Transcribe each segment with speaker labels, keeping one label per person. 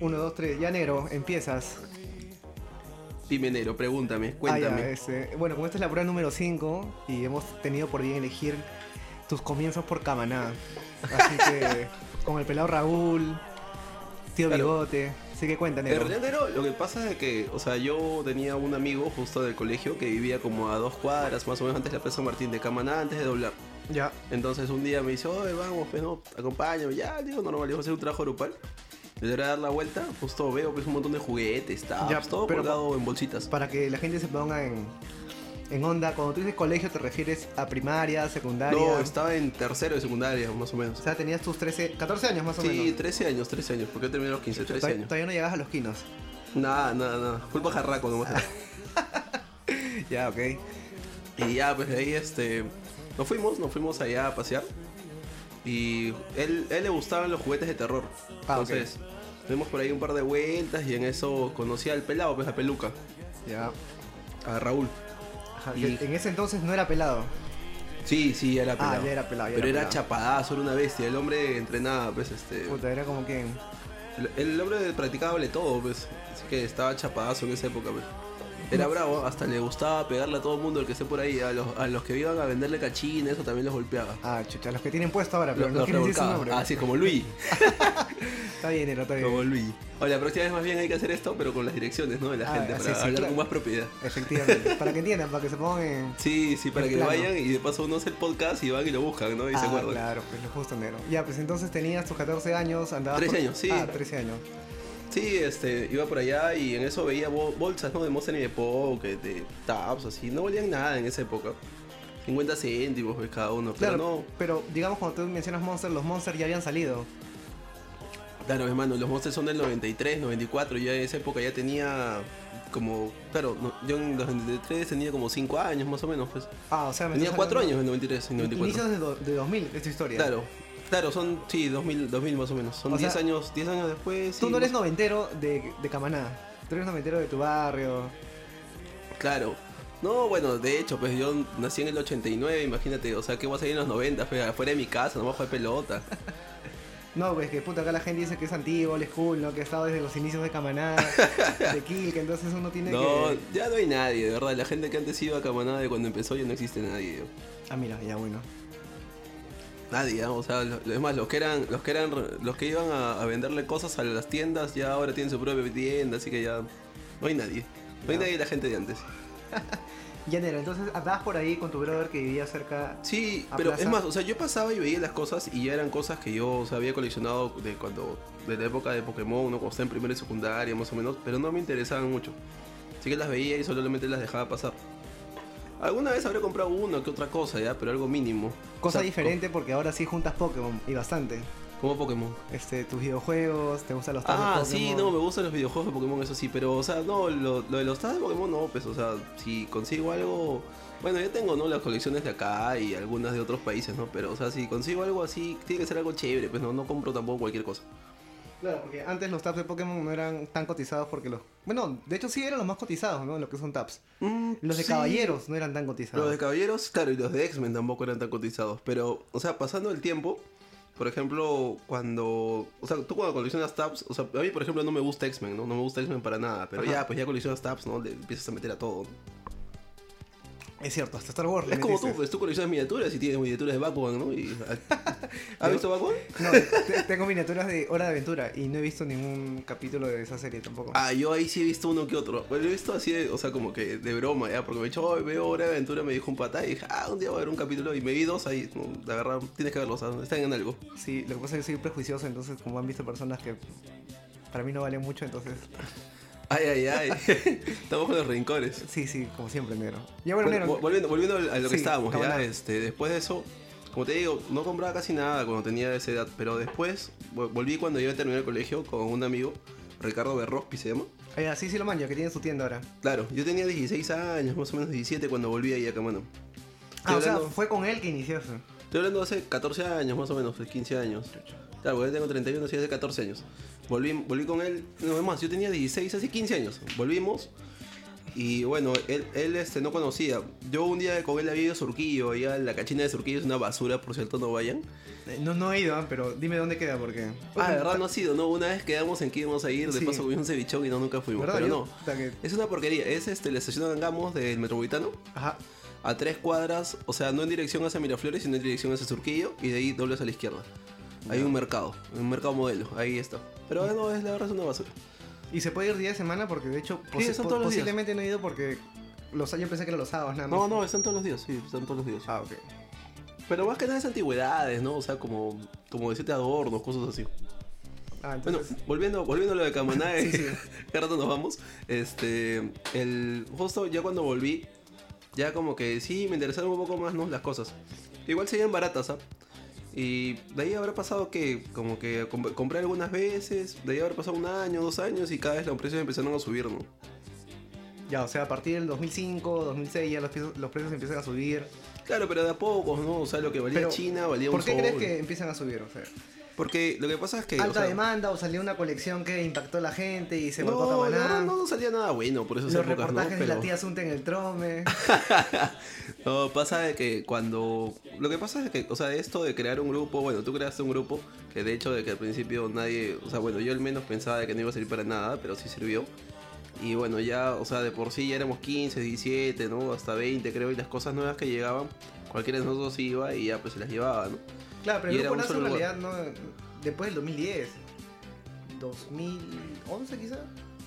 Speaker 1: 1, 2, 3, llanero, empiezas.
Speaker 2: Pimenero, pregúntame, cuéntame.
Speaker 1: Ah, ya, este, Bueno, como esta es la prueba número 5 y hemos tenido por bien elegir tus comienzos por Camaná. Así que con el pelado Raúl, tío
Speaker 2: Claro.
Speaker 1: Bigote. Así que cuenta,
Speaker 2: En
Speaker 1: Nero.
Speaker 2: realidad, Nero, lo que pasa es que, o sea, yo tenía un amigo justo del colegio que vivía como a dos cuadras, más o menos antes de la Plaza Martín de Camaná, antes de doblar.
Speaker 1: Ya.
Speaker 2: Entonces un día me dice, oye, vamos, pues no, acompáñame, ya, digo, normal, yo voy a hacer un trabajo grupal. Le doy a dar la vuelta, justo veo pues un montón de juguetes,
Speaker 1: Ya,
Speaker 2: está todo
Speaker 1: pero-
Speaker 2: colgado en bolsitas.
Speaker 1: Para que la gente se ponga en, en onda, cuando tú dices colegio te refieres a primaria, secundaria.
Speaker 2: No, estaba en tercero de secundaria, más o menos.
Speaker 1: O sea, tenías tus 13, 14 años más o
Speaker 2: Sí,
Speaker 1: menos.
Speaker 2: 13 años, 13 años, porque yo terminé a los 15, 13
Speaker 1: Todavía-
Speaker 2: años.
Speaker 1: Todavía no llegabas a los quinos.
Speaker 2: Nada, nada, nada, culpa jarraco nomás.
Speaker 1: Ya, ok.
Speaker 2: Y ya, pues de ahí este. Nos fuimos, nos fuimos allá a pasear. Y él, él le gustaban los juguetes de terror.
Speaker 1: Ah, ok.
Speaker 2: Entonces, fuimos por ahí un par de vueltas y en eso conocí al pelado, pues la peluca,
Speaker 1: Ya.
Speaker 2: a Raúl.
Speaker 1: Ajá,
Speaker 2: Y-
Speaker 1: que En ese entonces no era pelado.
Speaker 2: Sí, sí, era pelado.
Speaker 1: Ah, ya era pelado, ya
Speaker 2: pero
Speaker 1: era
Speaker 2: era
Speaker 1: pelado.
Speaker 2: chapadazo, era una bestia. El hombre entrenaba, pues este.
Speaker 1: Puta, era como que.
Speaker 2: El, el hombre practicaba de todo, pues. Así que estaba chapadazo en esa época, pues. Era bravo, hasta le gustaba pegarle a todo el mundo, el que esté por ahí, a los, a los que iban a venderle cachines, eso también los golpeaba.
Speaker 1: Ah, chucha, los que tienen puesto ahora, pero
Speaker 2: Los- Ah,
Speaker 1: no
Speaker 2: los
Speaker 1: quieren decir su
Speaker 2: revolcaba.
Speaker 1: nombre.
Speaker 2: Así como Luis.
Speaker 1: Está bien, Nero, está bien.
Speaker 2: Como Luis. O la próxima vez más bien hay que hacer esto, pero con las direcciones, ¿no? De la
Speaker 1: Ah,
Speaker 2: gente,
Speaker 1: sí,
Speaker 2: para
Speaker 1: sí,
Speaker 2: hablar
Speaker 1: claro.
Speaker 2: con más propiedad.
Speaker 1: Efectivamente. para que entiendan, para que se pongan en.
Speaker 2: Sí, sí, para
Speaker 1: El
Speaker 2: que
Speaker 1: plano.
Speaker 2: vayan y de paso uno hace el podcast y van y lo buscan, ¿no? Y se
Speaker 1: Ah,
Speaker 2: acuerdan.
Speaker 1: claro, pues lo justo Nero. Ya, pues entonces tenías tus 14 años, andabas.
Speaker 2: 13
Speaker 1: por-
Speaker 2: años, sí.
Speaker 1: Ah, 13 años.
Speaker 2: Sí, este, iba por allá y en eso veía bol- bolsas, ¿no? De Monster y de Pocket, de Taps, así. No valían nada en esa época. 50 céntimos pues, cada uno, pero
Speaker 1: Claro,
Speaker 2: no.
Speaker 1: pero digamos cuando tú mencionas Monster, los Monster ya habían salido.
Speaker 2: Claro, hermano, los Monsters son del 93, 94. Yo en esa época ya tenía como. Claro, no, yo en los 93 tenía como 5 años más o menos, pues.
Speaker 1: Ah, o sea, me
Speaker 2: Tenía
Speaker 1: estás
Speaker 2: 4
Speaker 1: hablando-
Speaker 2: años en 93, en 94.
Speaker 1: Inicios de, do- de 2000, es tu historia.
Speaker 2: Claro, claro, son, sí, 2000, 2000 más o menos. Son
Speaker 1: O
Speaker 2: 10
Speaker 1: sea,
Speaker 2: años, 10 años después.
Speaker 1: Tú
Speaker 2: sí,
Speaker 1: no eres
Speaker 2: más-
Speaker 1: noventero de, de Camaná. Tú eres noventero de tu barrio.
Speaker 2: Claro. No, bueno, de hecho, pues yo nací en el 89, imagínate, o sea, que voy a salir en los 90, pues, afuera de mi casa, nomás jugar pelota.
Speaker 1: No, pues que puta, acá la gente dice que es antiguo, él es cool, ¿no? Que ha estado desde los inicios de Camaná, de Kill, que entonces uno tiene
Speaker 2: No,
Speaker 1: que.
Speaker 2: ya no hay nadie, de verdad, la gente que antes iba a Camaná de cuando empezó ya no existe nadie. yo.
Speaker 1: Ah, mira, ya bueno.
Speaker 2: Nadie, ¿ah? o sea, lo- lo- es más, los que eran, los que eran, los que iban a, a venderle cosas a las tiendas, ya ahora tienen su propia tienda, así que ya no hay nadie. No hay
Speaker 1: Ya.
Speaker 2: nadie de la gente de antes.
Speaker 1: Ya Nero, entonces andabas por ahí con tu brother que vivía cerca.
Speaker 2: Sí,
Speaker 1: a
Speaker 2: pero
Speaker 1: plaza.
Speaker 2: es más, o sea, yo pasaba y veía las cosas y ya eran cosas que yo o sea, había coleccionado de cuando de la época de Pokémon, ¿no? cuando estaba en primera y secundaria más o menos, pero no me interesaban mucho. Así que las veía y solamente las dejaba pasar. Alguna vez habré comprado una que otra cosa ya, pero algo mínimo.
Speaker 1: Cosa
Speaker 2: O sea,
Speaker 1: diferente porque ahora sí juntas Pokémon y bastante.
Speaker 2: co- Como Pokémon.
Speaker 1: Este, tus videojuegos, te gustan los tazos
Speaker 2: Ah,
Speaker 1: de
Speaker 2: sí, no,
Speaker 1: Pokémon.
Speaker 2: me gustan los videojuegos de Pokémon, eso sí, pero, o sea, no, lo, lo de los tazos de Pokémon no, pues, o sea, si consigo algo, bueno, yo tengo, ¿no? Las colecciones de acá y algunas de otros países, ¿no? Pero, o sea, si consigo algo así, tiene que ser algo chévere, pues, no, no compro tampoco cualquier cosa.
Speaker 1: Claro, porque antes los taps de Pokémon no eran tan cotizados porque los. Bueno, de hecho sí eran los más cotizados, ¿no? Lo que son taps.
Speaker 2: Mm,
Speaker 1: Los de
Speaker 2: sí.
Speaker 1: caballeros no eran tan cotizados.
Speaker 2: Los de caballeros, claro, y los de X-Men tampoco eran tan cotizados, pero, o sea, pasando el tiempo... Por ejemplo, cuando. O sea, tú cuando coleccionas tabs. O sea, a mí, por ejemplo, no me gusta X-Men, ¿no? No me gusta X-Men para nada. Pero
Speaker 1: Ajá.
Speaker 2: ya, pues ya coleccionas tabs, ¿no? Le empiezas a meter a todo. ¿no?
Speaker 1: Es cierto, hasta Star Wars. le
Speaker 2: Es como tú,
Speaker 1: metiste.
Speaker 2: pues tú coleccionas miniaturas y tienes miniaturas de Bakugan, ¿no? Y- ¿Has
Speaker 1: Yo-
Speaker 2: visto Bakugan?
Speaker 1: No,
Speaker 2: pues.
Speaker 1: te- tengo miniaturas de Hora de Aventura y no he visto ningún capítulo de esa serie tampoco.
Speaker 2: Ah, yo ahí sí he visto uno que otro. Bueno, he visto así, de- o sea, como que de broma, ¿ya? Porque me he dicho, "Ay, veo Hora de Aventura, me dijo un pata y dije, ah, un día voy a ver un capítulo y me vi dos ahí. No, la verdad, tienes que verlos, ¿sabes? están en algo.
Speaker 1: Sí, lo que pasa es que soy prejuicioso, entonces como han visto personas que para mí no valen mucho, entonces
Speaker 2: Ay, ay, ay. Estamos con los rincones.
Speaker 1: sí, sí, como siempre, negro. Ya bueno,
Speaker 2: Bueno,
Speaker 1: negro.
Speaker 2: vol- volviendo, volviendo a lo que
Speaker 1: Sí,
Speaker 2: estábamos, ya,
Speaker 1: cabalá.
Speaker 2: este, después de eso, como te digo, no compraba casi nada cuando tenía esa edad, pero después vol- volví cuando yo terminé el colegio con un amigo, Ricardo Berrospi se llama.
Speaker 1: Ah, ya, sí, sí lo manjo, que tiene su tienda ahora.
Speaker 2: Claro, yo tenía 16 años, más o menos 17 cuando volví ahí a Camano. Estoy,
Speaker 1: Ah, o sea,
Speaker 2: hablando,
Speaker 1: fue con él que inició eso.
Speaker 2: estoy hablando hace 14 años, más o menos, 15 años. Claro, porque yo tengo 31, así hace 14 años. Volví, volví con él, no es más, yo tenía 16, hace 15 años. Volvimos Y bueno, él, él este, no conocía. Yo un día con él había ido a Surquillo, allá la cachina de Surquillo es una basura, por cierto, no vayan.
Speaker 1: Eh, No, no he ido, ah, pero dime dónde queda porque...
Speaker 2: Ah, de verdad no ha sido, no, una vez quedamos en que íbamos a ir, de
Speaker 1: Sí.
Speaker 2: paso comí un cevichón y no nunca fuimos,
Speaker 1: ¿Verdad?
Speaker 2: pero
Speaker 1: Yo-
Speaker 2: no.
Speaker 1: puta que-
Speaker 2: Es una porquería, es este, la estación de Angamos del Metropolitano,
Speaker 1: Ajá.
Speaker 2: a tres cuadras, o sea, no en dirección hacia Miraflores, sino en dirección hacia Surquillo, y de ahí dobles a la izquierda. Hay un mercado, un mercado modelo, ahí está. Pero no, es, la verdad es una basura.
Speaker 1: Y se puede ir día de semana porque de hecho
Speaker 2: Sí, son todos los
Speaker 1: posiblemente no he ido porque los, yo pensé que era los sábados nada más.
Speaker 2: No, no, están todos los días, sí, están todos los días.
Speaker 1: Ah, ok.
Speaker 2: Pero más que nada es antigüedades, ¿no? O sea, como, como decirte adornos, cosas así.
Speaker 1: Ah,
Speaker 2: Bueno,
Speaker 1: entonces...
Speaker 2: volviendo, volviendo a lo de Camaná,
Speaker 1: Sí, sí.
Speaker 2: qué rato nos vamos. Este, el, justo ya cuando volví, ya como que sí, me interesaron un poco más ¿no? las cosas. Igual seguían baratas, ¿ah? Y de ahí habrá pasado que, como que comp- compré algunas veces, de ahí habrá pasado un año, dos años y cada vez los precios empezaron a subir, ¿no?
Speaker 1: Ya, o sea, a partir del 2005, 2006 ya los, piezos- los precios empiezan a subir.
Speaker 2: Claro, pero de a pocos, ¿no? O sea, lo que valía
Speaker 1: Pero,
Speaker 2: China valía
Speaker 1: ¿Por
Speaker 2: un
Speaker 1: qué
Speaker 2: sol.
Speaker 1: crees que empiezan a subir? O sea,
Speaker 2: Porque lo que pasa es que. o
Speaker 1: alta
Speaker 2: sea,
Speaker 1: demanda o salió una colección que impactó a la gente y se volcó a
Speaker 2: no, la
Speaker 1: Cabaná.
Speaker 2: verdad no, no salía nada bueno por esas
Speaker 1: Los
Speaker 2: épocas, ¿no?
Speaker 1: reportajes de la
Speaker 2: Pero-
Speaker 1: tía Asunta en el trome.
Speaker 2: No, pasa de que cuando... Lo que pasa es que, o sea, esto de crear un grupo, bueno, tú creaste un grupo que de hecho de que al principio nadie, o sea, bueno, yo al menos pensaba de que no iba a servir para nada, pero sí sirvió. Y bueno, ya, o sea, de por sí ya éramos 15, 17, ¿no? Hasta 20 creo, y las cosas nuevas que llegaban, cualquiera de nosotros iba y ya pues se las llevaba, ¿no?
Speaker 1: Claro, pero
Speaker 2: Y
Speaker 1: el
Speaker 2: era
Speaker 1: grupo
Speaker 2: un
Speaker 1: nace en
Speaker 2: solo
Speaker 1: realidad no, después del 2010. 2011 quizá.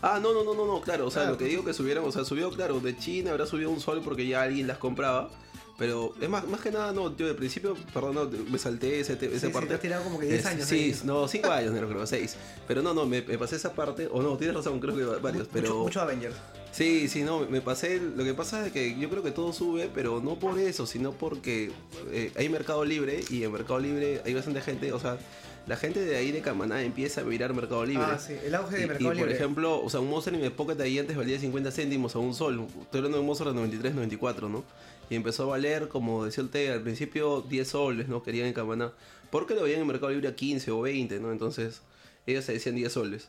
Speaker 2: Ah, no, no, no, no, no, claro, o sea,
Speaker 1: Claro.
Speaker 2: lo que digo que subieron, o sea, subió, claro, de China habrá subido un sol porque ya alguien las compraba. Pero es más, más que nada, no, yo de principio, perdón, no, me salté ese, te- esa
Speaker 1: Sí, sí,
Speaker 2: parte.
Speaker 1: te has tirado como que 10
Speaker 2: Es-
Speaker 1: años. ¿eh?
Speaker 2: Sí,
Speaker 1: ahí.
Speaker 2: no, 5 años, negro, creo, 6. Pero no, no, me, me pasé esa parte. O no, tienes razón, creo que va- varios. Pero
Speaker 1: Mucho, mucho Avengers.
Speaker 2: Sí, sí, no, me pasé. Lo que pasa es que yo creo que todo sube, pero no por eso, sino porque eh, hay Mercado Libre y en Mercado Libre hay bastante gente. O sea, la gente de ahí de Camaná empieza a mirar Mercado Libre.
Speaker 1: Ah, sí, el auge
Speaker 2: Y,
Speaker 1: de
Speaker 2: y,
Speaker 1: Mercado
Speaker 2: por
Speaker 1: Libre.
Speaker 2: ejemplo, o sea, un Monster en Pocket ahí antes valía 50 céntimos a un sol. Estoy hablando de un Monster de 93, 94, ¿no? Y empezó a valer, como decirte, al principio 10 soles, ¿no? Querían en Camaná. Porque lo veían en Mercado Libre a 15 o 20, ¿no? Entonces, ellos se decían 10 soles.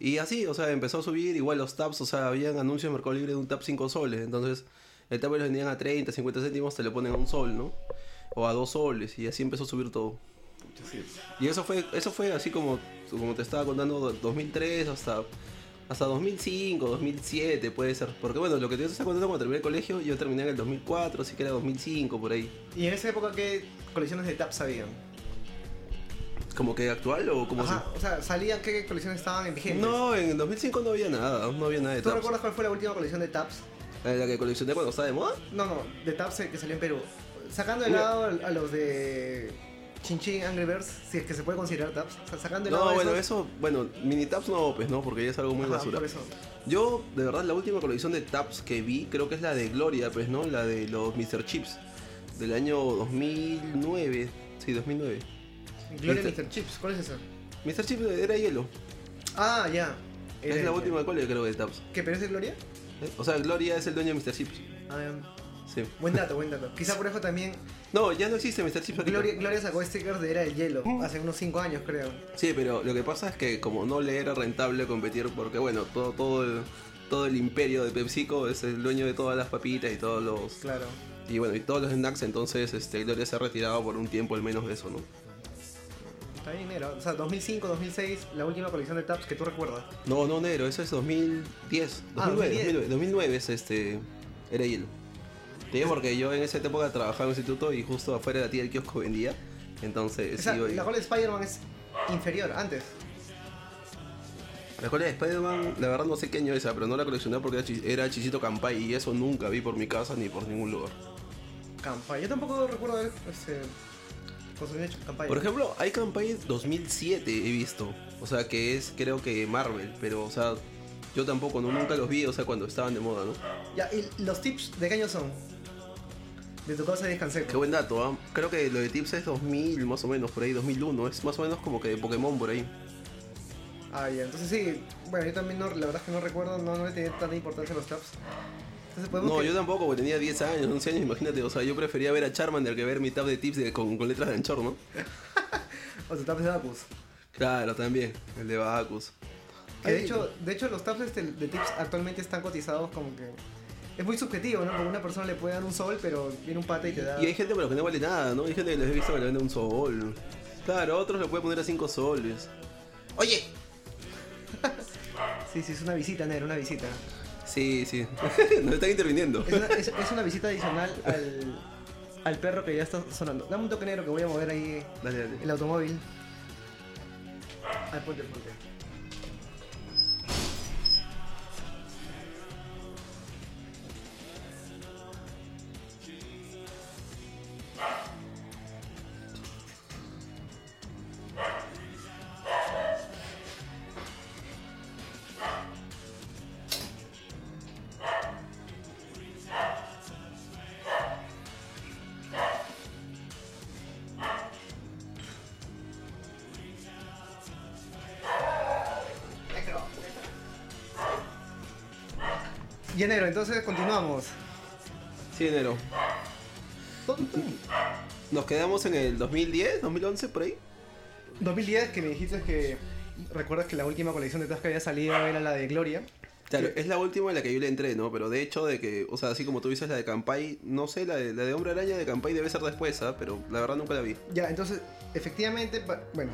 Speaker 2: Y así, o sea, empezó a subir. Igual los tabs, o sea, habían anuncios en Mercado Libre de un tab 5 soles. Entonces, el tab lo vendían a 30, 50 céntimos, te lo ponen a un sol, ¿no? O a dos soles. Y así empezó a subir todo. Y eso fue, eso fue así como, como te estaba contando, 2003 hasta, hasta 2005, 2007 puede ser. Porque bueno, lo que te estaba contando cuando terminé el colegio, yo terminé en el 2004, así que era 2005 por ahí.
Speaker 1: ¿Y en esa época qué colecciones de taps habían?
Speaker 2: ¿Como que actual o como
Speaker 1: Ajá, o sea, salían qué colecciones estaban en
Speaker 2: si...
Speaker 1: vigentes.
Speaker 2: No, en el 2005 no había nada, no había nada de
Speaker 1: ¿Tú
Speaker 2: tabs.
Speaker 1: recuerdas cuál fue la última colección de taps?
Speaker 2: Eh, La que coleccioné cuando estaba de moda.
Speaker 1: No, no, de taps eh, que salió en Perú. Sacando de
Speaker 2: Mira.
Speaker 1: lado al- a los de Chin Chin Angry Birds, si es que se puede considerar taps. O sea, sacando de lado
Speaker 2: No, bueno,
Speaker 1: esos-
Speaker 2: eso, bueno, mini tabs no, pues no, porque ya es algo muy
Speaker 1: Ajá,
Speaker 2: basura.
Speaker 1: por eso.
Speaker 2: Yo, de verdad, la última colección de tabs que vi creo que es la de Gloria, pues, ¿no? La de los Mr. Chips del año 2009. Sí, 2009.
Speaker 1: Gloria
Speaker 2: Mister-
Speaker 1: Mr. Chips, ¿cuál es esa?
Speaker 2: Mr. Chip era hielo.
Speaker 1: Ah, ya.
Speaker 2: es
Speaker 1: Era
Speaker 2: la
Speaker 1: ella.
Speaker 2: última colección creo que de tabs.
Speaker 1: ¿Qué, pero es de Gloria?
Speaker 2: ¿Eh? O sea, Gloria es el dueño de Mr. Chips.
Speaker 1: Ah, ya.
Speaker 2: Sí.
Speaker 1: buen dato, buen dato. Quizá por eso también
Speaker 2: No, ya no existe Mr. Chips. ahorita.
Speaker 1: Gloria, Gloria sacó stickers de Era del Hielo
Speaker 2: Mm.
Speaker 1: hace unos 5 años, creo.
Speaker 2: Sí, pero lo que pasa es que como no le era rentable competir, porque bueno, todo, todo, el, todo el imperio de PepsiCo es el dueño de todas las papitas y todos los
Speaker 1: Claro.
Speaker 2: y bueno y todos los snacks, entonces este, Gloria se ha retirado por un tiempo al menos de eso, ¿no?
Speaker 1: Está bien, era. O sea, 2005, 2006, la última colección de taps que tú recuerdas.
Speaker 2: No, no, negro, eso es 2010. 2009,
Speaker 1: Ah,
Speaker 2: 2009, 2009 es este. Era hielo. Te digo porque yo en esa época trabajaba en un instituto y justo afuera de la tía del kiosco vendía. Entonces,
Speaker 1: O sea,
Speaker 2: sí, oye.
Speaker 1: la cola de Spider-Man es inferior, antes.
Speaker 2: La cola de Spider-Man, la verdad no sé qué año es esa, pero no la coleccioné porque era, chi- era Chisito Campai y eso nunca vi por mi casa ni por ningún lugar.
Speaker 1: Campa. Yo tampoco recuerdo haber este, consumido ch- campaña.
Speaker 2: Por ejemplo, hay Campai 2007 he visto. O sea, que es creo que Marvel, pero o sea, yo tampoco, no, nunca los vi, o sea, cuando estaban de moda, ¿no?
Speaker 1: Ya, ¿y los tips de qué año son? De tu casa descansé.
Speaker 2: Qué buen dato, ¿ah? creo que lo de Tips es 2000 más o menos, por ahí 2001, es más o menos como que de Pokémon por ahí.
Speaker 1: Ah, ya, entonces sí. Bueno, yo también no, la verdad es que no recuerdo, no, no le tenía tanta importancia a los taps. Entonces podemos.
Speaker 2: No,
Speaker 1: que-
Speaker 2: yo tampoco, porque tenía 10 años, 11 años, imagínate, o sea, yo prefería ver a Charmander que ver mi tab de Tips de- con, con letras de anchor, ¿no?
Speaker 1: O sea, pues, taps de Dacus.
Speaker 2: Claro, también, el de Bacus.
Speaker 1: Que de hecho, de hecho los tabs este, de tips actualmente están cotizados como que. Es muy subjetivo, ¿no? Como una persona le puede dar un sol, pero viene un pata y te da.
Speaker 2: Y hay gente para los que no vale nada, ¿no? Hay gente que les he visto que le vende un sol. Claro, a otros le puede poner a 5 soles. Oye.
Speaker 1: Sí, sí, es una visita, Nero, una visita.
Speaker 2: Sí, sí. Nos están interviniendo.
Speaker 1: Es una, es- es una visita adicional al, al perro que ya está sonando. Dame un toque negro que voy a mover ahí
Speaker 2: Dale, dale.
Speaker 1: el automóvil. Al ponte, ponte. Y enero, entonces continuamos.
Speaker 2: Sí, enero. Nos quedamos en el 2010, 2011, por ahí.
Speaker 1: 2010 que me dijiste que. Recuerdas que la última colección de Tasca que había salido era la de Gloria.
Speaker 2: Claro, es la última en la que yo le entré, ¿no? Pero de hecho, de que, o sea, así como tú dices, la de Campai, no sé, la de, la de Hombre Araña de Campai debe ser después, ¿ah? Pero la verdad nunca la vi.
Speaker 1: Ya, entonces, efectivamente, pa- bueno,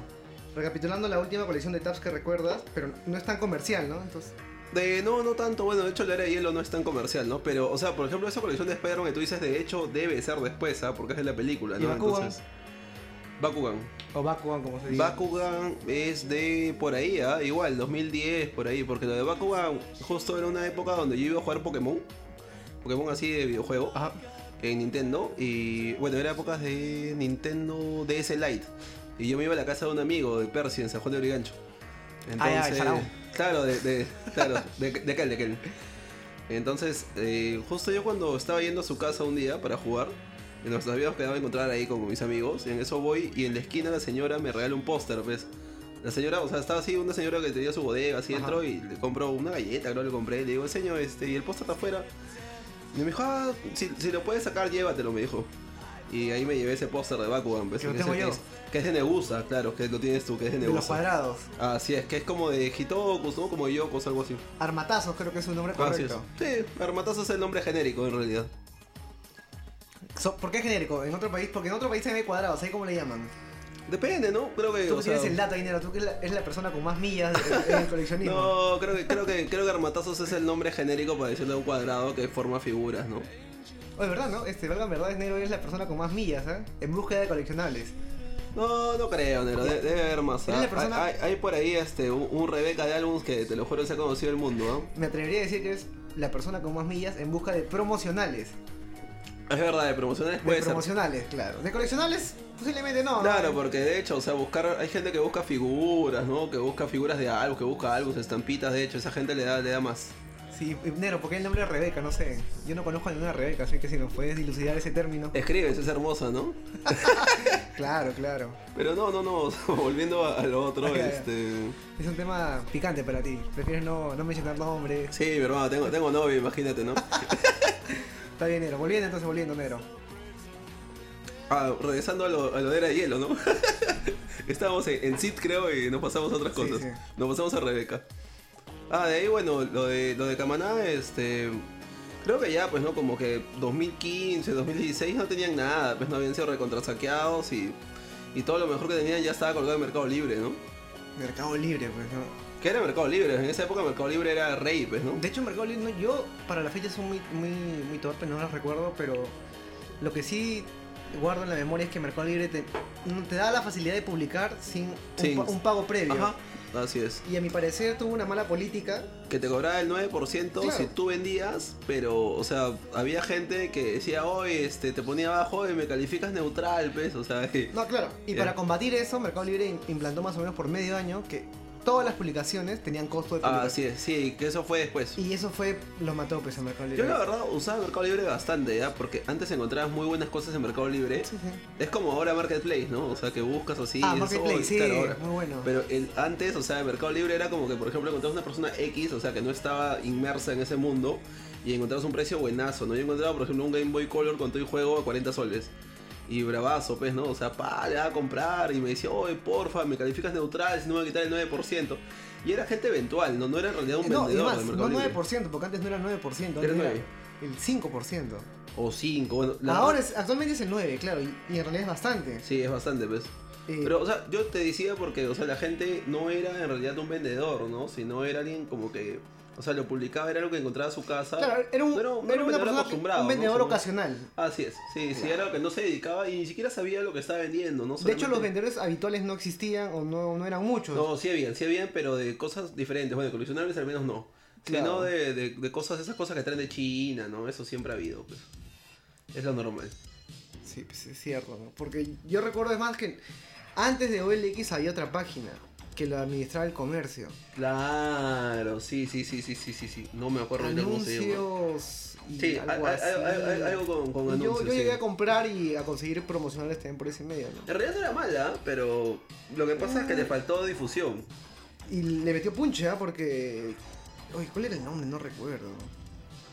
Speaker 1: recapitulando la última colección de tabs que recuerdas, pero no es tan comercial, ¿no? Entonces,
Speaker 2: De, no, no tanto, bueno, de hecho la era de hielo no es tan comercial, ¿no? Pero, o sea, por ejemplo, esa colección de Spider-Man que tú dices, de hecho, debe ser después, ¿ah? Porque es de la película,
Speaker 1: ¿Y
Speaker 2: ¿no?
Speaker 1: Bakugan?
Speaker 2: Bakugan.
Speaker 1: o Bakugan, como se dice.
Speaker 2: Bakugan es de por ahí, ¿ah? Igual, 2010, por ahí, porque lo de Bakugan justo era una época donde yo iba a jugar Pokémon. Pokémon así de videojuego.
Speaker 1: Ajá.
Speaker 2: en Nintendo y bueno, era épocas de Nintendo DS Lite y yo me iba a la casa de un amigo de Percy en San Juan de Origancho.
Speaker 1: Ah, ya, el Sarao.
Speaker 2: claro, de, de- claro, de, de aquel, de aquel. Entonces, eh, justo yo cuando estaba yendo a su casa un día para jugar, y nos habíamos quedado a encontrar ahí con mis amigos, y en eso voy y en la esquina la señora me regala un póster, pues. La señora, o sea, estaba así, una señora que tenía su bodega, así
Speaker 1: Ajá.
Speaker 2: dentro, y le compro una galleta, creo que le compré, y le digo, señor, este, y el póster está afuera. Y me dijo, ah, si, si lo puedes sacar, llévatelo, me dijo. Y ahí me llevé ese póster de Bakugan, pues,
Speaker 1: Que lo
Speaker 2: es-
Speaker 1: tengo yo.
Speaker 2: es- que es de Nebusa, claro, que lo tienes tú, que es de
Speaker 1: De
Speaker 2: Nebusa.
Speaker 1: los cuadrados.
Speaker 2: Así es, que es como de Hitokus, ¿no? Como de Yokus, algo así.
Speaker 1: Armatazos, creo que es un nombre
Speaker 2: Ah, Así
Speaker 1: correcto.
Speaker 2: es. Sí, Armatazo es el nombre genérico en realidad.
Speaker 1: So- ¿Por qué es genérico? En otro país, porque en otro país también hay cuadrados, ahí cómo le llaman.
Speaker 2: Depende, ¿no? Creo que.
Speaker 1: Tú
Speaker 2: o
Speaker 1: tienes
Speaker 2: sea,
Speaker 1: el dato, dinero, tú que es la- es la persona con más millas en el coleccionismo.
Speaker 2: No, creo que, creo que, creo que armatazos es el nombre genérico para decirle a un cuadrado que forma figuras, ¿no?
Speaker 1: Oye, ¿verdad, no? Este, valga en verdad, es negro es la persona con más millas, ¿eh? En búsqueda de coleccionables.
Speaker 2: No, no creo, Nero, de- debe haber más.
Speaker 1: Eres
Speaker 2: ah.
Speaker 1: la persona-
Speaker 2: Hay, hay- hay por ahí este un, un Rebeca de álbums que te lo juro se ha conocido el mundo, ¿no?
Speaker 1: Me atrevería a decir que es la persona con más millas en busca de promocionales.
Speaker 2: Es verdad, de promocionales
Speaker 1: De
Speaker 2: puede ser.
Speaker 1: promocionales, claro. De coleccionables, posiblemente no. ¿no?
Speaker 2: Claro, porque de hecho, o sea, buscar, hay gente que busca figuras, ¿no? Que busca figuras de álbum, que busca álbumes, estampitas, de hecho, esa gente le da, le da más.
Speaker 1: Sí, Nero, porque el nombre de Rebeca, no sé. Yo no conozco a ninguna Rebeca, así que si nos puedes dilucidar ese término.
Speaker 2: Escribes, es hermosa, ¿no?
Speaker 1: Claro, claro.
Speaker 2: Pero no, no, no, o sea, volviendo a a lo otro,
Speaker 1: Ah, Ya, ya.
Speaker 2: este...
Speaker 1: Es un tema picante para ti. Prefieres no, no mencionar nombres.
Speaker 2: Sí, mi hermano, tengo, tengo novio, imagínate, ¿no?
Speaker 1: Está bien, Nero. Volviendo entonces, volviendo, Nero.
Speaker 2: Ah, regresando a lo, a lo de era de hielo, ¿no? Estábamos en, en Sid, creo, y nos pasamos a otras
Speaker 1: Sí,
Speaker 2: cosas.
Speaker 1: sí.
Speaker 2: Nos pasamos a Rebeca. Ah, de ahí, bueno, lo de, lo de Camaná, este... Creo que ya, pues, ¿no? Como que 2015, 2016 no tenían nada, pues no habían sido recontrasaqueados y... Y todo lo mejor que tenían ya estaba colgado en Mercado Libre, ¿no?
Speaker 1: Mercado Libre, pues, ¿no?
Speaker 2: Que era Mercado Libre, en esa época Mercado Libre era rey, pues, ¿no?
Speaker 1: De hecho, Mercado Libre, no, yo para la fecha son muy, muy, muy torpe, no las recuerdo, pero lo que sí guardo en la memoria es que Mercado Libre te, te da la facilidad de publicar sin un,
Speaker 2: Sin-
Speaker 1: pa- un pago previo.
Speaker 2: Ajá, así es.
Speaker 1: Y a mi parecer tuvo una mala política
Speaker 2: Que te cobraba el 9% si
Speaker 1: Claro.
Speaker 2: tú vendías, pero, o sea, había gente que decía, oye, este, te ponía abajo y me calificas neutral, pues, o sea, y-
Speaker 1: No, claro. Y
Speaker 2: Ya.
Speaker 1: para combatir eso, Mercado Libre im- implantó más o menos por medio año que todas las publicaciones tenían costo de
Speaker 2: Ah,
Speaker 1: publicación.
Speaker 2: sí, sí, que eso fue después.
Speaker 1: Y eso fue, lo mató pues en Mercado Libre.
Speaker 2: Yo la verdad usaba Mercado Libre bastante, ¿ya? Porque antes encontrabas muy buenas cosas en Mercado Libre.
Speaker 1: Sí, sí.
Speaker 2: Es como ahora Marketplace, ¿no? O sea, que buscas así.
Speaker 1: ah,
Speaker 2: eso,
Speaker 1: Marketplace, sí,
Speaker 2: claro, ahora.
Speaker 1: muy bueno.
Speaker 2: Pero el, antes, o sea, el Mercado Libre era como que, por ejemplo, encontrabas una persona X, o sea, que no estaba inmersa en ese mundo, y encontrabas un precio buenazo, ¿no? Yo encontraba, por ejemplo, un Game Boy Color con todo el juego a 40 soles. Y bravazo, pues, ¿no? O sea, pa, le daba a comprar y me decía, oye, porfa, me calificas neutral, si no me va a quitar el 9%. Y era gente eventual, no, no era en realidad un
Speaker 1: No, y
Speaker 2: vendedor
Speaker 1: más,
Speaker 2: del
Speaker 1: no
Speaker 2: mercado libre.
Speaker 1: 9%, porque antes no era 9%, antes era
Speaker 2: Era 9.
Speaker 1: el 5%.
Speaker 2: O 5, bueno. la-
Speaker 1: Ahora es, actualmente es el 9, claro, y, y en realidad es bastante.
Speaker 2: Sí, es bastante, pues.
Speaker 1: Eh,
Speaker 2: Pero, o sea, yo te decía porque, o sea, la gente no era en realidad un vendedor, ¿no? Sino era alguien como que, o sea, lo publicaba, era algo que encontraba en su casa.
Speaker 1: claro, era un,
Speaker 2: No no
Speaker 1: era una
Speaker 2: vendedor
Speaker 1: persona, que-
Speaker 2: acostumbrado,
Speaker 1: un
Speaker 2: ¿no?
Speaker 1: vendedor
Speaker 2: Sino-
Speaker 1: ocasional.
Speaker 2: Así es, sí, sí, era lo que no se dedicaba y ni siquiera sabía lo que estaba vendiendo, ¿no?
Speaker 1: De hecho, los
Speaker 2: Solamente-
Speaker 1: vendedores habituales no existían o no, no eran muchos.
Speaker 2: No, sí habían, sí habían, pero de cosas diferentes, bueno, de coleccionables al menos no. Sino
Speaker 1: Claro.
Speaker 2: de, de, de cosas, esas cosas que traen de China, ¿no? Eso siempre ha habido, pues. Es lo normal.
Speaker 1: Sí, pues es cierto. ¿no? Porque yo recuerdo es más que antes de OLX había otra página que la administraba el comercio.
Speaker 2: Claro, sí, sí, sí, sí, sí, sí, sí. No me acuerdo ahorita cómo se llama.
Speaker 1: Anuncios. y
Speaker 2: Sí, a-
Speaker 1: algo
Speaker 2: a-
Speaker 1: así.
Speaker 2: a- a- algo con, con
Speaker 1: Y yo,
Speaker 2: anuncios.
Speaker 1: yo llegué
Speaker 2: sí.
Speaker 1: a comprar y a conseguir promocionales también por ese medio, ¿no?
Speaker 2: En realidad no era mala, pero lo que pasa es
Speaker 1: Ah.
Speaker 2: que le faltó difusión.
Speaker 1: Y le metió punche, ¿ah? Porque. Oye, ¿cuál era el nombre? No recuerdo.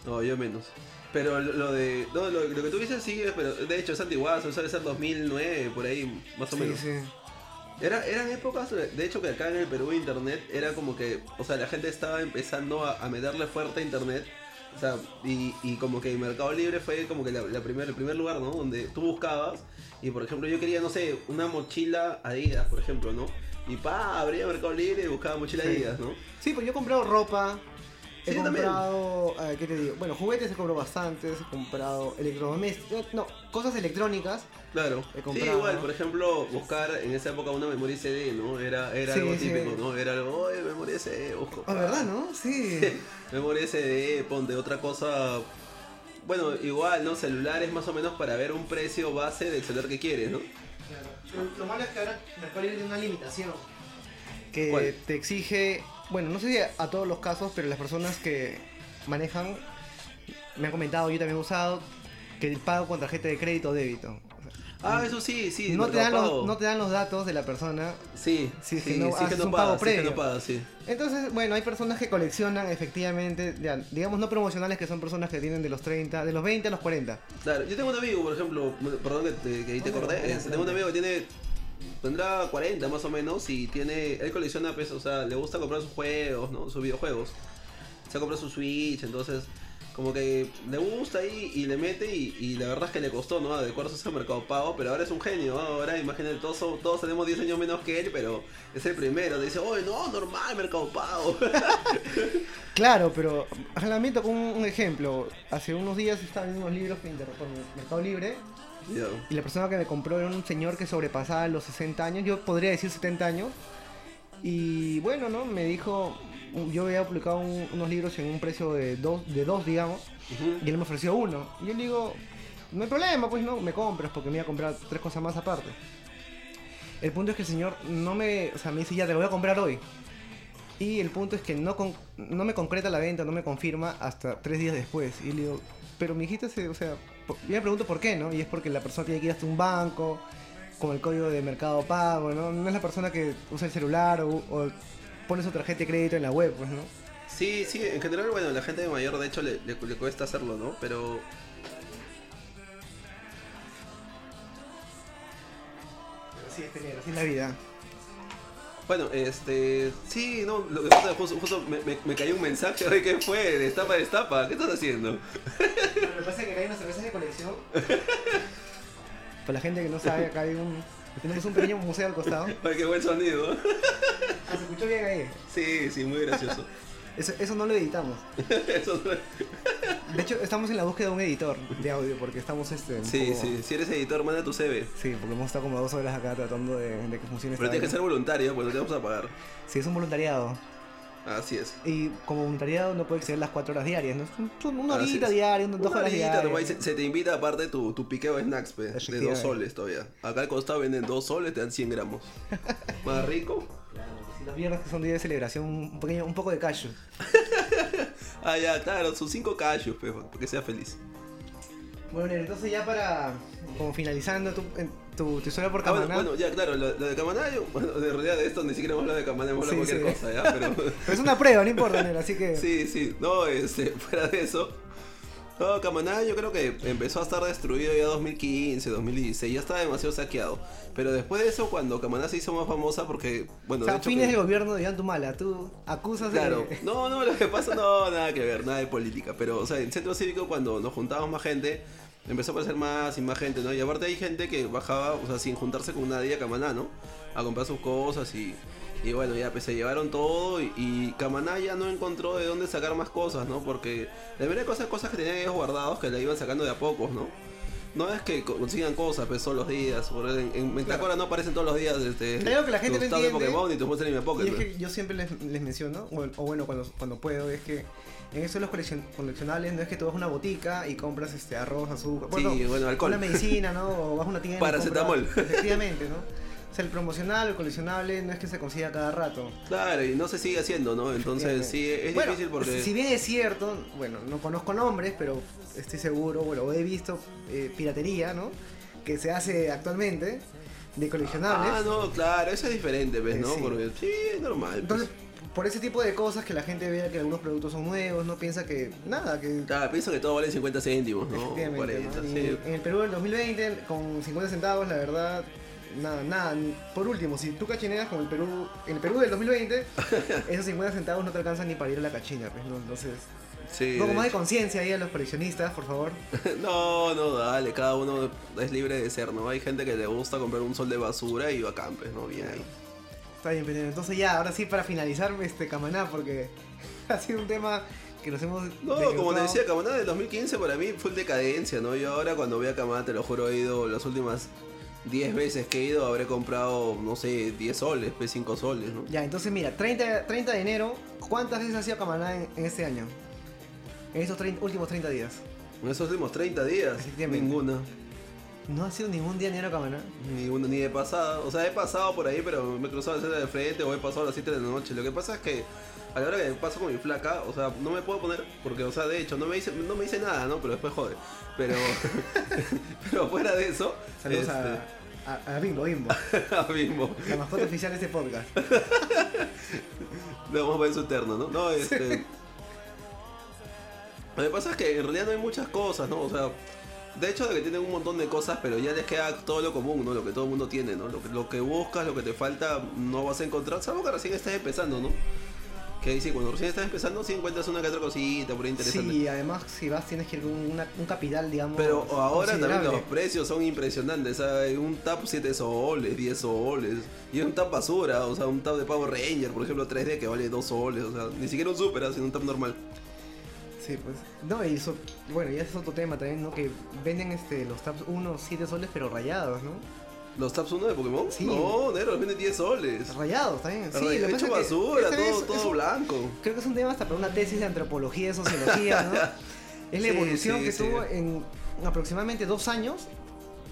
Speaker 2: No, yo menos. Pero lo- lo de. No, lo, lo que tú dices sí, pero de hecho es antiguazo, eso debe ser 2009, por ahí, más o
Speaker 1: sí,
Speaker 2: menos.
Speaker 1: sí.
Speaker 2: Era, eran épocas, de hecho, que acá en el Perú internet era como que, o sea, la gente estaba empezando a, a meterle fuerte a internet. O sea, y, y como que Mercado Libre fue como que la, la primer, el primer lugar, ¿no? Donde tú buscabas. Y por ejemplo, yo quería, no sé, una mochila Adidas, por ejemplo, ¿no? Y pa, abría Mercado Libre y buscaba mochila
Speaker 1: Sí.
Speaker 2: Adidas, ¿no?
Speaker 1: Sí, pues yo he comprado ropa. He
Speaker 2: Sí, yo también.
Speaker 1: comprado. eh, ¿Qué te digo? Bueno, juguetes he comprado bastantes. He comprado electrodomésticos. No, cosas electrónicas.
Speaker 2: Claro.
Speaker 1: He
Speaker 2: Sí,
Speaker 1: comprado,
Speaker 2: igual,
Speaker 1: ¿no?
Speaker 2: por ejemplo, buscar en esa época una memoria CD, ¿no? Era, era
Speaker 1: Sí,
Speaker 2: algo
Speaker 1: sí.
Speaker 2: típico, ¿no? Era algo, oye, memoria CD, ojo.
Speaker 1: Ah,
Speaker 2: pa".
Speaker 1: ¿verdad, no? Sí.
Speaker 2: Memoria SD, ponte otra cosa. Bueno, igual, ¿no? Celulares más o menos para ver un precio base del celular que quieres, ¿no?
Speaker 1: Lo, lo malo es que ahora Mercado Libre tiene una limitación. Que
Speaker 2: ¿Cuál?
Speaker 1: te exige, bueno, no sé si a, a todos los casos, pero las personas que manejan, me han comentado, yo también he usado, que el pago con tarjeta de crédito o débito. O sea,
Speaker 2: Ah, eso sí, sí.
Speaker 1: Mm. no, te dan
Speaker 2: Mercado
Speaker 1: los,
Speaker 2: Pago.
Speaker 1: no te dan los datos de la persona.
Speaker 2: Sí,
Speaker 1: Sí,
Speaker 2: sí,
Speaker 1: es
Speaker 2: sí,
Speaker 1: que no
Speaker 2: que
Speaker 1: haces
Speaker 2: no
Speaker 1: un
Speaker 2: pagas,
Speaker 1: pago
Speaker 2: sí, que no
Speaker 1: previo.
Speaker 2: pagas, sí.
Speaker 1: Entonces, bueno, hay personas que coleccionan efectivamente, ya, digamos no promocionales, que son personas que tienen de los 30, de los 20 a los 40.
Speaker 2: Claro, yo tengo un amigo, por ejemplo, bueno, perdón que te, que ahí te
Speaker 1: No, no,
Speaker 2: corté,
Speaker 1: no, no,
Speaker 2: eh, tengo un
Speaker 1: no.
Speaker 2: amigo que tiene, tendrá 40 más o menos y tiene, él colecciona, pues, o sea, le gusta comprar sus juegos, ¿no? Sus videojuegos. Se ha comprado su Switch, entonces, como que le gusta ahí y le mete y, y la verdad es que le costó, ¿no? Adecuarse a Mercado Pago, pero ahora es un genio, ¿no? ahora imagínate, todos, son- todos tenemos 10 años menos que él, pero es el primero, te dice, oye, no, normal, Mercado Pago.
Speaker 1: Claro, pero reglamento con un un ejemplo. Hace unos días estaban unos libros que interrumpí Mercado Libre
Speaker 2: Ya.
Speaker 1: y la persona que me compró era un señor que sobrepasaba los 60 años, yo podría decir 70 años. Y bueno, ¿no? Me dijo, yo había publicado un- unos libros en un precio de dos, de dos, digamos,
Speaker 2: Ujú.
Speaker 1: y él me ofreció uno. Y yo le digo, no hay problema, pues no, me compras porque me iba a comprar tres cosas más aparte. El punto es que el señor no me, o sea, me dice, ya te lo voy a comprar hoy. Y el punto es que no, con- no me concreta la venta, no me confirma hasta tres días después. Y le digo, pero mi hijita se, o sea, po- yo le pregunto por qué, ¿no? Y es porque la persona tiene que ir hasta un banco, con el código de mercado pago, ¿no? No es la persona que usa el celular o, o pone su tarjeta de crédito en la web, pues, ¿no?
Speaker 2: Sí, sí, en general, bueno, la gente mayor de hecho le, le, le cuesta hacerlo, ¿no? Pero...
Speaker 1: Así es, tener, así es la vida.
Speaker 2: Bueno, este. Sí, no, lo que pasa es que justo, justo me, me, me cayó un mensaje. Oye, ¿qué fue? Destapa, destapa. ¿Qué estás haciendo?
Speaker 1: Lo que pasa es que acá hay unas cervezas de colección. Para la gente que no sabe, acá hay un. Tenemos un pequeño museo al costado.
Speaker 2: Oye, qué buen sonido.
Speaker 1: Ah, se escuchó bien ahí.
Speaker 2: Sí, sí, muy gracioso.
Speaker 1: Eso, eso no lo editamos.
Speaker 2: Eso no-
Speaker 1: De hecho, estamos en la búsqueda de un editor de audio porque estamos este. un
Speaker 2: sí,
Speaker 1: poco-
Speaker 2: sí. Si eres editor, manda tu CV.
Speaker 1: Sí, porque hemos estado como dos horas acá tratando de, de que funcione
Speaker 2: Pero
Speaker 1: esta
Speaker 2: tienes que ser
Speaker 1: vaina.
Speaker 2: voluntario, pues no te vamos a pagar.
Speaker 1: Sí, es un voluntariado.
Speaker 2: Así es.
Speaker 1: Y como voluntariado no puede exceder las cuatro horas diarias, ¿no? Son, son una
Speaker 2: Así
Speaker 1: horita
Speaker 2: es.
Speaker 1: diaria, un- dos
Speaker 2: Ah, Una
Speaker 1: horas
Speaker 2: horita
Speaker 1: diarias.
Speaker 2: nomás, y se, se te invita aparte tu, tu piqueo de snacks, pe, de dos
Speaker 1: Efectivamente.
Speaker 2: soles todavía. Acá al costado venden dos soles, te dan 100 gramos. Más rico.
Speaker 1: Y Los viernes que son días de celebración, un, pequeño, un poco de callo.
Speaker 2: Ah, ya, claro, sus cinco callos, pe, para que seas feliz.
Speaker 1: Bueno, Nero, entonces ya para. Como finalizando tu, en- tu, tu historia por
Speaker 2: Ah, bueno,
Speaker 1: Camaná.
Speaker 2: bueno, ya, claro, lo, lo de Camaná, yo- bueno, en realidad de esto ni siquiera hemos hablado de Camaná, hemos hablado de
Speaker 1: Sí,
Speaker 2: cualquier
Speaker 1: sí.
Speaker 2: cosa, ¿ya? Pero,
Speaker 1: Pero es una prueba, no importa, Nero, así que.
Speaker 2: sí, sí, no, este, fuera de eso, No, Camaná yo creo que empezó a estar destruido ya 2015, 2016, ya estaba demasiado saqueado. Pero después de eso, cuando Camaná se hizo más famosa, porque, bueno,
Speaker 1: o sea,
Speaker 2: de hecho
Speaker 1: fines
Speaker 2: que-
Speaker 1: del gobierno de Antumala, tú acusas de-
Speaker 2: Claro, no, no, lo que pasa no, nada que ver, nada de política, pero, o sea, en Centro Cívico cuando nos juntábamos más gente, empezó a aparecer más y más gente, ¿no? Y aparte hay gente que bajaba, o sea, sin juntarse con nadie a Camaná, ¿no? A comprar sus cosas y, y bueno, ya pues se llevaron todo y, y Camaná ya no encontró de dónde sacar más cosas, ¿no? Porque la verdad cosas, cosas que tenían ellos guardados que la iban sacando de a pocos, ¿no? No es que consigan cosas, pues todos los días. por- En, en Mentacora no aparecen todos los días. Este,
Speaker 1: Creo que la gente
Speaker 2: tus
Speaker 1: no
Speaker 2: tabs de
Speaker 1: entiende.
Speaker 2: Pokémon y tus monsters anime Pocket.
Speaker 1: Y es
Speaker 2: pues.
Speaker 1: que yo siempre les, les menciono, o, o bueno, cuando, cuando puedo, es que en eso de los coleccion- coleccionables no es que tú vas a una botica y compras este arroz, azúcar,
Speaker 2: Sí, bueno, alcohol.
Speaker 1: una medicina, ¿no? O vas a una tienda. y
Speaker 2: Paracetamol.
Speaker 1: compras- Efectivamente, ¿no? O sea, el promocional, el coleccionable, no es que se consiga cada rato.
Speaker 2: Claro, y no se sigue haciendo, ¿no? Entonces, sí, es
Speaker 1: Bueno,
Speaker 2: difícil porque...
Speaker 1: Si bien es cierto, bueno, no conozco nombres, pero estoy seguro, bueno, he visto eh, piratería, ¿no? Que se hace actualmente de coleccionables.
Speaker 2: ah, no, claro, eso es diferente, ¿ves?
Speaker 1: Eh,
Speaker 2: ¿no?
Speaker 1: sí.
Speaker 2: Porque sí, es normal. pues.
Speaker 1: Entonces, por ese tipo de cosas que la gente vea que algunos productos son nuevos, no piensa que nada, que
Speaker 2: Claro, pienso que todo vale 50 céntimos, ¿no?
Speaker 1: efectivamente,
Speaker 2: 40,
Speaker 1: ¿no? Y eh,
Speaker 2: sí.
Speaker 1: En el Perú del 2020, con 50 centavos, la verdad, nada, nada. Ni- Por último, si tú cachineas con el Perú, en el Perú del 2020, esos 50 centavos no te alcanzan ni para ir a la cachina, pues, ¿no? Entonces,
Speaker 2: Sí,
Speaker 1: un poco
Speaker 2: de
Speaker 1: más de
Speaker 2: hecho.
Speaker 1: conciencia ahí a los coleccionistas, por favor.
Speaker 2: No, no, dale, cada uno es libre de ser, ¿no? Hay gente que le gusta comprar un sol de basura y bacán, pues, ¿no? Bien ahí.
Speaker 1: Está bien, pero entonces ya, ahora sí, para finalizar, este Camaná, porque ha sido un tema que nos hemos.
Speaker 2: No, como te
Speaker 1: desglosado.
Speaker 2: decía, Camaná del 2015 para mí fue decadencia, ¿no? Yo ahora cuando voy a Camaná, te lo juro, he ido las últimas 10 veces que he ido, habré comprado, no sé, 10 soles, pues 5 soles, ¿no?
Speaker 1: Ya, entonces mira, 30, 30 de enero, ¿cuántas veces ha sido Camaná en, en este año? En estos 30 últimos 30 días.
Speaker 2: En esos últimos 30 días,
Speaker 1: Efectivamente.
Speaker 2: ninguna.
Speaker 1: No ha sido ningún día de enero Camaná.
Speaker 2: Ni, uno, ni de pasada. O sea, he pasado por ahí, pero me he cruzado la acera de frente o he pasado a las 7 de la noche. Lo que pasa es que a la hora que paso con mi flaca, o sea, no me puedo poner, porque, o sea, de hecho, no me dice, no me dice nada, ¿no? Pero después jode. Pero, pero fuera de eso,
Speaker 1: Saludos
Speaker 2: este,
Speaker 1: a, a, a Bimbo, Bimbo,
Speaker 2: a Bimbo.
Speaker 1: la mascota oficial de este podcast.
Speaker 2: Le vamos a poner su terno, ¿no? No, este. Lo que pasa es que en realidad no hay muchas cosas, ¿no? O sea, de hecho, de que tienen un montón de cosas, pero ya les queda todo lo común, ¿no? Lo que todo el mundo tiene, ¿no? Lo que, lo que buscas, lo que te falta, no vas a encontrar, salvo que recién estás empezando, ¿no? Que dice, cuando recién estás empezando, sí encuentras una que otra cosita por ahí interesante.
Speaker 1: Sí, además si vas tienes que ir con una- un capital, digamos.
Speaker 2: Pero ahora también los
Speaker 1: considerable.
Speaker 2: precios son impresionantes. ¿sabes? Un tap 7 soles, 10 soles. Y un tap basura, o sea, un tap de Power Ranger, por ejemplo, 3D que vale 2 soles. O sea, ni siquiera un super, sino un tap normal.
Speaker 1: Sí, pues. No, y eso, bueno, ya es otro tema también, ¿no? Que venden este los tabs 1, 7 soles, pero rayados, ¿no?
Speaker 2: ¿Los taps 1 de Pokémon?
Speaker 1: Sí.
Speaker 2: No, Nero, vende 10 soles.
Speaker 1: Rayados también. Sí,
Speaker 2: Sí,
Speaker 1: lo que pasa
Speaker 2: hecho
Speaker 1: es que
Speaker 2: basura,
Speaker 1: esta vez
Speaker 2: todo,
Speaker 1: es-
Speaker 2: todo
Speaker 1: es un-
Speaker 2: blanco.
Speaker 1: creo que es un tema hasta para una tesis de antropología y sociología, ¿no? Es la
Speaker 2: Sí,
Speaker 1: evolución
Speaker 2: sí,
Speaker 1: que
Speaker 2: sí.
Speaker 1: tuvo en aproximadamente dos años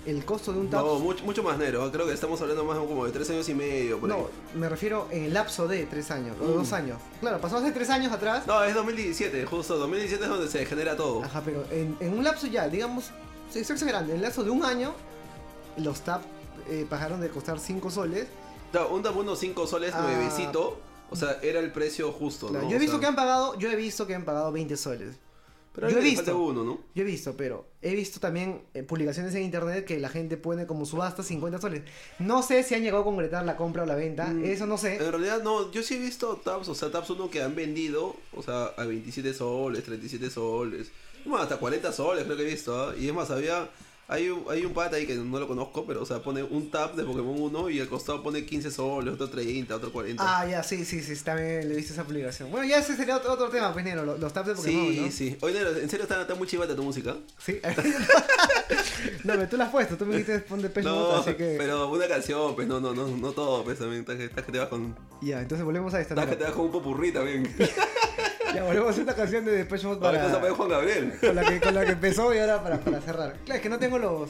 Speaker 1: el costo de un tab.
Speaker 2: No, mucho, mucho más Nero. Creo que estamos hablando más como de 3 años y medio. Por ahí.
Speaker 1: No, me refiero en el lapso de tres años, o
Speaker 2: Mm.
Speaker 1: dos años. Claro, pasó hace tres años atrás.
Speaker 2: No, es 2017, justo. 2017 es donde se genera todo.
Speaker 1: Ajá, pero en, en un lapso ya, digamos, se está exagerando, en el lapso de un año, los tab eh, bajaron de costar 5 soles.
Speaker 2: Claro, un tap 1 5 soles,
Speaker 1: Ah.
Speaker 2: nuevecito. O sea, era el precio justo.
Speaker 1: Claro,
Speaker 2: ¿no?
Speaker 1: yo he
Speaker 2: O
Speaker 1: visto
Speaker 2: sea,
Speaker 1: que han pagado, yo he visto que han pagado 20 soles.
Speaker 2: Pero
Speaker 1: Yo he
Speaker 2: ahí le falta
Speaker 1: visto.
Speaker 2: uno, ¿no?
Speaker 1: Yo he visto, pero he visto también eh, publicaciones en internet que la gente pone como subasta 50 soles. No sé si han llegado a concretar la compra o la venta,
Speaker 2: Mm,
Speaker 1: eso no sé.
Speaker 2: En realidad, no, yo sí he visto tabs, o sea, tabs uno que han vendido, o sea, a 27 soles, 37 soles, bueno, hasta 40 soles creo que he visto, ¿ah? y es más, había, hay un, hay un pata ahí que no lo conozco, pero, o sea, pone un tab de Pokémon 1 y al costado pone 15 soles, otro 30, otro 40.
Speaker 1: Ah, ya, sí, sí, sí, también le he visto esa publicación. Bueno, ya ese sería otro, otro tema, pues, Nero, lo- los, tabs de Pokémon,
Speaker 2: sí,
Speaker 1: ¿no?
Speaker 2: sí. Oye, Nero, en serio está, está muy chivata tu música.
Speaker 1: Sí. no, pero tú la has puesto, tú me dijiste pon de pecho,
Speaker 2: No,
Speaker 1: Pues así que...
Speaker 2: pero una canción, pues, no, no, no, no todo, pues, también, estás, estás que te vas con,
Speaker 1: Ya, entonces volvemos a esta.
Speaker 2: estás que te
Speaker 1: mira.
Speaker 2: vas con un popurrí también.
Speaker 1: Ya, volvemos a esta canción de Depeche Mode
Speaker 2: Ahora
Speaker 1: para...
Speaker 2: estás a Juan Gabriel.
Speaker 1: con, la que, con la que empezó y ahora para, para cerrar. Claro, es que no tengo los...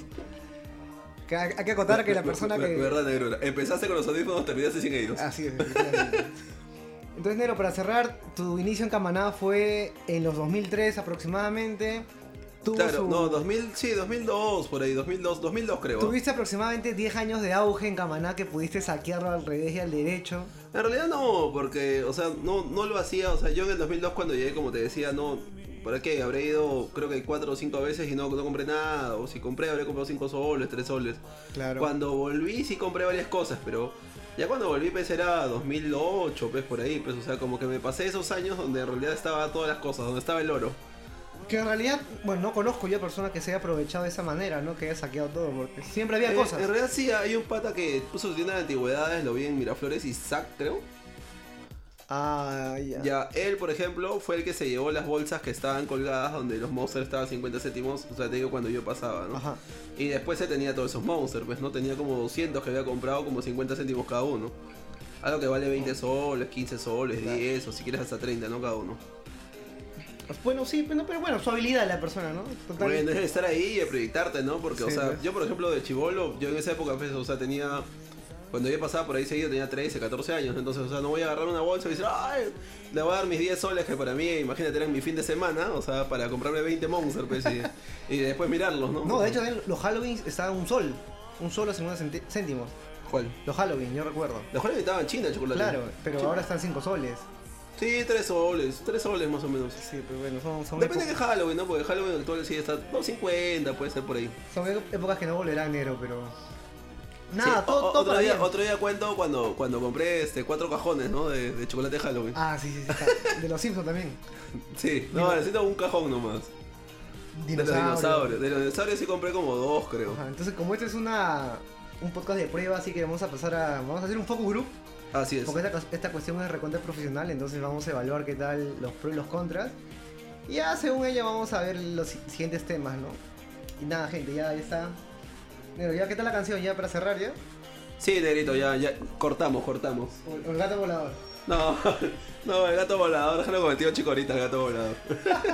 Speaker 1: que hay, hay que acotar que la persona que... Ah,
Speaker 2: Verdad, Negrura. Empezaste con los audífonos, terminaste sin ellos.
Speaker 1: Así es. efectivamente. Entonces, Nero, para cerrar, tu inicio en Camaná fue en los 2003 aproximadamente. Tuvo
Speaker 2: Claro,
Speaker 1: su-
Speaker 2: no, 2000, sí, 2002, por ahí, 2002, 2002 creo.
Speaker 1: Tuviste aproximadamente 10 años de auge en Camaná que pudiste saquearlo al revés y al derecho.
Speaker 2: En realidad no, porque, o sea, no, no lo hacía, o sea, yo en el 2002 cuando llegué, como te decía, no, ¿Para qué? Habré ido creo que cuatro o cinco veces y no, no compré nada. O si compré, habré comprado cinco soles, tres soles.
Speaker 1: Claro.
Speaker 2: Cuando volví sí compré varias cosas, pero ya cuando volví pues era 2008, pues por ahí, pues o sea, como que me pasé esos años donde en realidad estaba todas las cosas, donde estaba el oro.
Speaker 1: Que en realidad, bueno, no conozco yo a persona que se haya aprovechado de esa manera, ¿no? Que haya saqueado todo, porque siempre había
Speaker 2: Eh,
Speaker 1: cosas.
Speaker 2: En realidad sí, hay un pata que puso su tienda de antigüedades, lo vi en Miraflores, Isaac creo.
Speaker 1: Ah, ya.
Speaker 2: Ya, él por ejemplo fue el que se llevó las bolsas que estaban colgadas donde los monsters estaban 50 céntimos, o sea, te digo cuando yo pasaba, ¿no?
Speaker 1: Ajá.
Speaker 2: Y después se tenía todos esos monsters, pues no tenía como 200 que había comprado como 50 céntimos cada uno. Algo que vale 20 soles, 15 soles,
Speaker 1: Oh. Claro.
Speaker 2: 10 o si quieres hasta 30, ¿no? Cada uno.
Speaker 1: Bueno, sí, pero, pero bueno, su habilidad de la persona, ¿no? Total.
Speaker 2: Bueno, es estar ahí y proyectarte, ¿no? Porque, o
Speaker 1: Sí,
Speaker 2: sea,
Speaker 1: pues.
Speaker 2: yo por ejemplo de chivolo, yo en esa época, pues, o sea, tenía... Cuando yo pasaba por ahí seguido tenía 13, 14 años, entonces, o sea, no voy a agarrar una bolsa y decir, ¡ay! Le voy a dar mis 10 soles que para mí, imagínate, eran mi fin de semana, o sea, para comprarme 20 Monster, pues, y, y después mirarlos, ¿no?
Speaker 1: No, de hecho, en los Halloween estaba un sol. Un sol a 50 centi- céntimos.
Speaker 2: ¿Cuál?
Speaker 1: Los Halloween, yo recuerdo.
Speaker 2: Los cuales estaban en China, chocolate.
Speaker 1: Claro, pero
Speaker 2: Sí.
Speaker 1: ahora están 5 soles.
Speaker 2: Sí, 3 soles, 3 soles más o menos.
Speaker 1: Sí, pero bueno, son, son,
Speaker 2: Depende de
Speaker 1: época-
Speaker 2: Halloween, ¿no? Porque Halloween actual sí está 2.50, puede ser por ahí.
Speaker 1: son ép- épocas que no volverán negro, pero.
Speaker 2: Sí,
Speaker 1: Nada,
Speaker 2: o-
Speaker 1: todo,
Speaker 2: o-
Speaker 1: todo
Speaker 2: otro,
Speaker 1: para
Speaker 2: día,
Speaker 1: bien.
Speaker 2: otro día cuento cuando, cuando compré este cuatro cajones, ¿no? De, de chocolate Halloween.
Speaker 1: Ah, sí, sí, sí. está. De los Simpsons también.
Speaker 2: sí, no,
Speaker 1: dime.
Speaker 2: necesito un cajón nomás. De los dinosaurios. De los dinosaurios sí compré como dos, creo.
Speaker 1: Ajá, entonces, como este es una, un podcast de prueba, así que vamos a pasar a. Vamos a hacer un focus group.
Speaker 2: Así es.
Speaker 1: Porque esta, cos- esta cuestión es recontra profesional, entonces vamos a evaluar qué tal los pros y los contras. Y ya según ella vamos a ver los si- siguientes temas, ¿no? Y nada, gente, ya, ya está. Pero ya, ¿qué tal la canción? Ya para cerrar, ¿ya?
Speaker 2: Sí, negrito, ya, ya. Cortamos, cortamos.
Speaker 1: O, o el gato volador.
Speaker 2: No, no, el gato volador. Déjalo cometido chico ahorita, el gato volador.